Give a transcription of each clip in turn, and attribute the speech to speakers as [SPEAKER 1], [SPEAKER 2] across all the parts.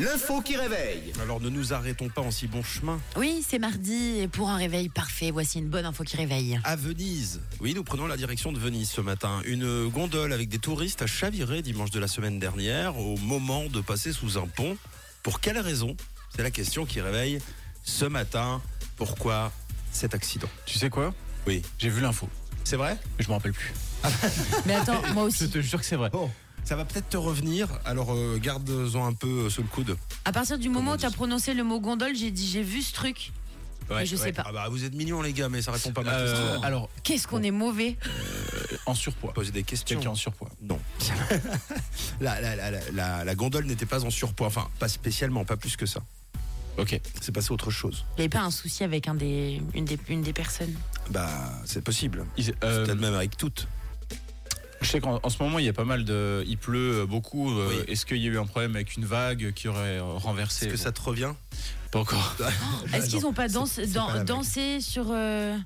[SPEAKER 1] L'info qui réveille.
[SPEAKER 2] Alors ne nous arrêtons pas en si bon chemin.
[SPEAKER 3] Oui, c'est mardi et pour un réveil parfait, voici une bonne info qui réveille.
[SPEAKER 2] À Venise. Oui, nous prenons la direction de Venise ce matin. Une gondole avec des touristes a chaviré dimanche de la semaine dernière au moment de passer sous un pont. Pour quelle raison C'est la question qui réveille ce matin. Pourquoi cet accident
[SPEAKER 4] Tu sais quoi
[SPEAKER 2] Oui.
[SPEAKER 4] J'ai vu l'info,
[SPEAKER 2] C'est vrai
[SPEAKER 4] mais je me rappelle plus.
[SPEAKER 3] Mais attends, moi
[SPEAKER 4] Je
[SPEAKER 3] aussi.
[SPEAKER 4] te jure que c'est vrai.
[SPEAKER 2] Bon. Ça va peut-être te revenir, alors euh, garde-en un peu euh, sous le coude.
[SPEAKER 3] À partir du moment où tu as
[SPEAKER 2] dit
[SPEAKER 3] prononcé le mot gondole, j'ai dit j'ai vu ce truc. Mais je sais pas.
[SPEAKER 2] Ah bah, vous êtes mignons les gars, mais ça répond pas mal.
[SPEAKER 4] Euh, alors,
[SPEAKER 3] Qu'est-ce qu'on est mauvais
[SPEAKER 4] en surpoids.
[SPEAKER 2] Poser des questions.
[SPEAKER 4] Quelqu'un en surpoids.
[SPEAKER 2] Non. la, la- la- la- la- la gondole n'était pas en surpoids. Enfin, pas spécialement, pas plus que ça.
[SPEAKER 4] Ok.
[SPEAKER 2] C'est passé autre chose.
[SPEAKER 3] Il n'y avait pas un souci avec un des, une, des, une des personnes.
[SPEAKER 2] Bah, c'est possible.
[SPEAKER 4] Ils- euh,
[SPEAKER 2] Peut-être même avec toutes.
[SPEAKER 4] je sais qu'en en ce moment, il y a pas mal de. Il pleut euh, beaucoup. euh, Est-ce qu'il y a eu un problème avec une vague qui aurait euh, renversé
[SPEAKER 2] Est-ce que ça te revient
[SPEAKER 4] Pas encore.
[SPEAKER 3] Est-ce qu'ils n'ont pas, dans-
[SPEAKER 2] Ah, c'est- c'est
[SPEAKER 3] dans-
[SPEAKER 2] pas la vague.
[SPEAKER 3] dansé sur. euh,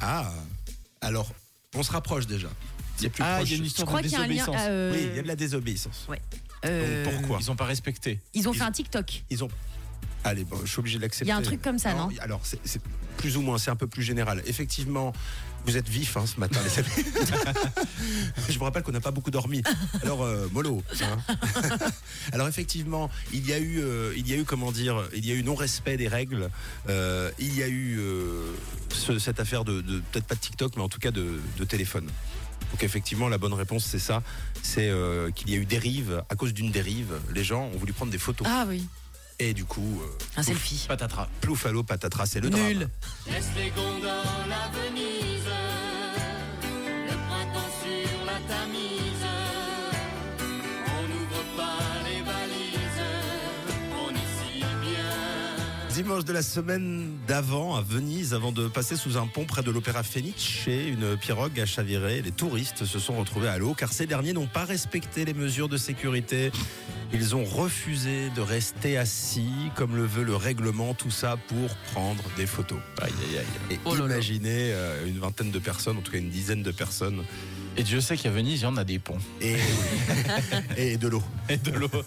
[SPEAKER 2] Ah Alors, on se rapproche déjà. C'est plus
[SPEAKER 4] Ah,
[SPEAKER 2] proche.
[SPEAKER 4] il y a une
[SPEAKER 3] Je
[SPEAKER 4] histoire
[SPEAKER 3] crois
[SPEAKER 4] de
[SPEAKER 3] qu'il y a un lien.
[SPEAKER 4] désobéissance.
[SPEAKER 3] à, euh,
[SPEAKER 2] Oui, il y a de la désobéissance.
[SPEAKER 3] euh,
[SPEAKER 2] Donc pourquoi
[SPEAKER 4] Ils ont pas respecté.
[SPEAKER 3] Ils ont fait
[SPEAKER 2] Ils-
[SPEAKER 3] un TikTok.
[SPEAKER 2] Ils ont. Allez, bon, je suis obligé de l'accepter.
[SPEAKER 3] Il y a un truc comme ça, non
[SPEAKER 2] Alors, c'est c'est plus ou moins, c'est un peu plus général. Effectivement, vous êtes vif hein, ce matin, les amis. je vous rappelle qu'on n'a pas beaucoup dormi. Alors, euh, mollo. hein. Alors, effectivement, il y a eu, euh, il y a eu comment dire, il y a eu non-respect des règles. Euh, il y a eu euh, ce- cette affaire de, de- peut-être pas de TikTok, mais en tout cas de, de téléphone. Donc effectivement, la bonne réponse, c'est ça. C'est euh, qu'il y a eu dérive. À cause d'une dérive, les gens ont voulu prendre des photos.
[SPEAKER 3] Ah oui,
[SPEAKER 2] Et du coup, euh,
[SPEAKER 3] un selfie.
[SPEAKER 4] Patatras.
[SPEAKER 2] Ploufalo patatras, c'est le
[SPEAKER 4] Nul.
[SPEAKER 2] drame.
[SPEAKER 5] Laisse les gondoles à Venise, le printemps sur la Tamise. On n'ouvre pas les valises, on est si bien.
[SPEAKER 2] Dimanche de la semaine d'avant à Venise, avant de passer sous un pont près de l'Opéra Fenice, une pirogue a chaviré. Les touristes se sont retrouvés à l'eau car ces derniers n'ont pas respecté les mesures de sécurité. Ils ont refusé de rester assis comme le veut le règlement, tout ça pour prendre des photos.
[SPEAKER 4] Aïe, aïe, aïe.
[SPEAKER 2] Et
[SPEAKER 4] Oh là là.
[SPEAKER 2] imaginez euh, une vingtaine de personnes, en tout cas une dizaine de personnes,
[SPEAKER 4] Et Dieu sait qu'à Venise, il y en a des ponts.
[SPEAKER 2] et, et de l'eau.
[SPEAKER 4] Et de l'eau.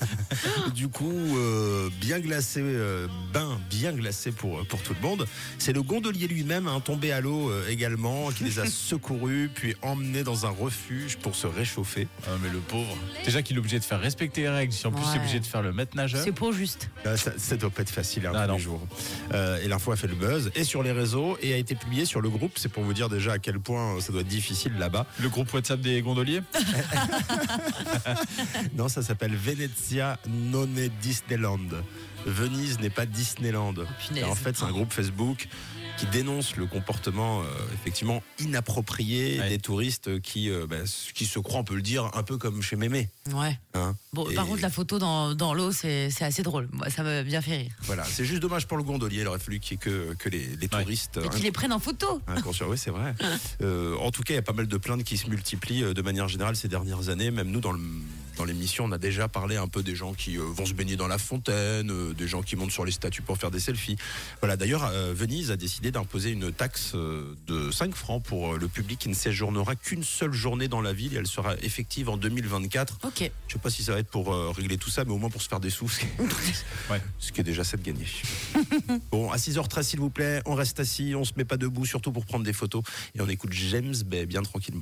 [SPEAKER 2] Du coup, euh, bien glacé, euh, bain bien glacé pour, euh, pour tout le monde. C'est le gondolier lui-même, hein, tombé à l'eau euh, également, qui les a secourus, puis emmenés dans un refuge pour se réchauffer.
[SPEAKER 4] Ah, mais le pauvre. Déjà qu'il est obligé de faire respecter les règles. Si en plus, il
[SPEAKER 3] Ouais.
[SPEAKER 4] est obligé de faire le maître nageur.
[SPEAKER 3] C'est pour juste.
[SPEAKER 2] Euh, ça, ça doit pas être facile hein,
[SPEAKER 4] Ah,
[SPEAKER 2] tous
[SPEAKER 4] non.
[SPEAKER 2] les jours. Euh, et l'info a fait le buzz, et sur les réseaux, et a été publiée sur le groupe. C'est pour vous dire déjà à quel point euh, ça doit être difficile là-bas.
[SPEAKER 4] Le groupe WhatsApp des gondoliers
[SPEAKER 2] Non, ça s'appelle Venezia non è Disneyland. Venise n'est pas Disneyland. Et
[SPEAKER 3] punaise.
[SPEAKER 2] en fait, c'est un groupe Facebook qui dénonce le comportement euh, effectivement inapproprié
[SPEAKER 4] Ouais.
[SPEAKER 2] des touristes qui, euh, bah, s- qui se croient, on peut le dire, un peu comme chez Mémé.
[SPEAKER 3] Ouais.
[SPEAKER 2] hein.
[SPEAKER 3] Bon,
[SPEAKER 2] Et
[SPEAKER 3] par contre, la photo dans, dans l'eau, c'est c'est assez drôle. Moi, ça m'a bien fait rire.
[SPEAKER 2] Voilà, c'est juste dommage pour le gondolier. Il aurait fallu qu'il y ait que, que les, les
[SPEAKER 4] Ouais.
[SPEAKER 2] touristes.
[SPEAKER 3] Et
[SPEAKER 2] euh,
[SPEAKER 3] qu'ils les prennent en photo.
[SPEAKER 2] Inconscient, oui, c'est vrai. Euh, en tout cas, il y a pas mal de plaintes qui se multiplient euh, de manière générale ces dernières années. Même nous, dans le- dans l'émission, on a déjà parlé un peu des gens qui euh, vont se baigner dans la fontaine, euh, des gens qui montent sur les statues pour faire des selfies. Voilà, d'ailleurs, euh, Venise a décidé d'imposer une taxe euh, de 5 francs pour euh, le public qui ne séjournera qu'une seule journée dans la ville et elle sera effective en 2024.
[SPEAKER 3] Ok.
[SPEAKER 2] Je sais pas si ça va être pour euh, régler tout ça, mais au moins pour se faire des sous, ce qui est,
[SPEAKER 4] Ouais.
[SPEAKER 2] ce qui est déjà ça de gagner. bon, à 6h13, s'il vous plaît, on reste assis, on se met pas debout, surtout pour prendre des photos, et on écoute James Bay bien tranquillement.